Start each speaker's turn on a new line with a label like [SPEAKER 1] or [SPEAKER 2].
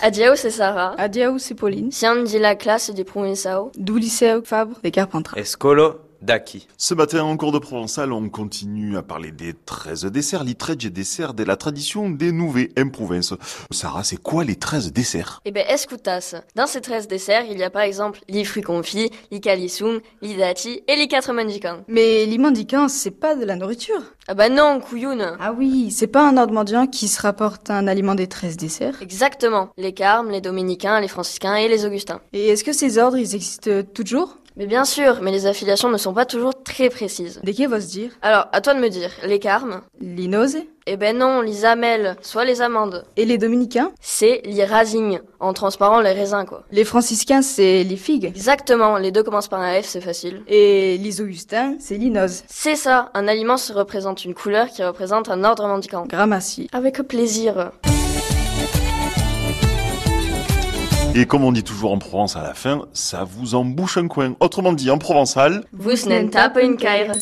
[SPEAKER 1] Adiao, c'est Sarah.
[SPEAKER 2] Adiao, c'est Pauline.
[SPEAKER 1] Sian dit la classe des Provençaux.
[SPEAKER 2] D'où lycée Fabre des Carpentras.
[SPEAKER 3] Escolo Daki.
[SPEAKER 4] Ce matin, en cours de provençal, on continue à parler des 13 desserts. Les 13 desserts de la tradition des nouvelles en province. Sarah, c'est quoi les 13 desserts
[SPEAKER 1] Eh ben, escutas. Dans ces 13 desserts, il y a par exemple les fruits confits, les calissum, les dati et les quatre mendicants.
[SPEAKER 2] Mais les mendicants, c'est pas de la nourriture.
[SPEAKER 1] Ah bah non, couilloune.
[SPEAKER 2] Ah oui, c'est pas un ordre mendiant qui se rapporte à un aliment des 13 desserts.
[SPEAKER 1] Exactement. Les carmes, les dominicains, les franciscains et les augustins.
[SPEAKER 2] Et est-ce que ces ordres, ils existent toujours
[SPEAKER 1] Mais bien sûr, mais les affiliations ne sont pas toujours très précises.
[SPEAKER 2] De qui va se dire
[SPEAKER 1] Alors, à toi de me dire, les carmes
[SPEAKER 2] Les nozes
[SPEAKER 1] Eh ben non, les amelles, soit les amandes.
[SPEAKER 2] Et les dominicains
[SPEAKER 1] C'est les rasignes, en transparant les raisins, quoi.
[SPEAKER 2] Les franciscains, c'est les figues.
[SPEAKER 1] Exactement, les deux commencent par un F, c'est facile.
[SPEAKER 2] Et les augustins, c'est les nozes.
[SPEAKER 1] C'est ça, un aliment se représente une couleur qui représente un ordre mendicant.
[SPEAKER 2] Gramassi.
[SPEAKER 1] Avec plaisir.
[SPEAKER 4] Et comme on dit toujours en Provence à la fin, ça vous embouche un coin. Autrement dit, en provençal,
[SPEAKER 1] Vous n'êtes pas une caire.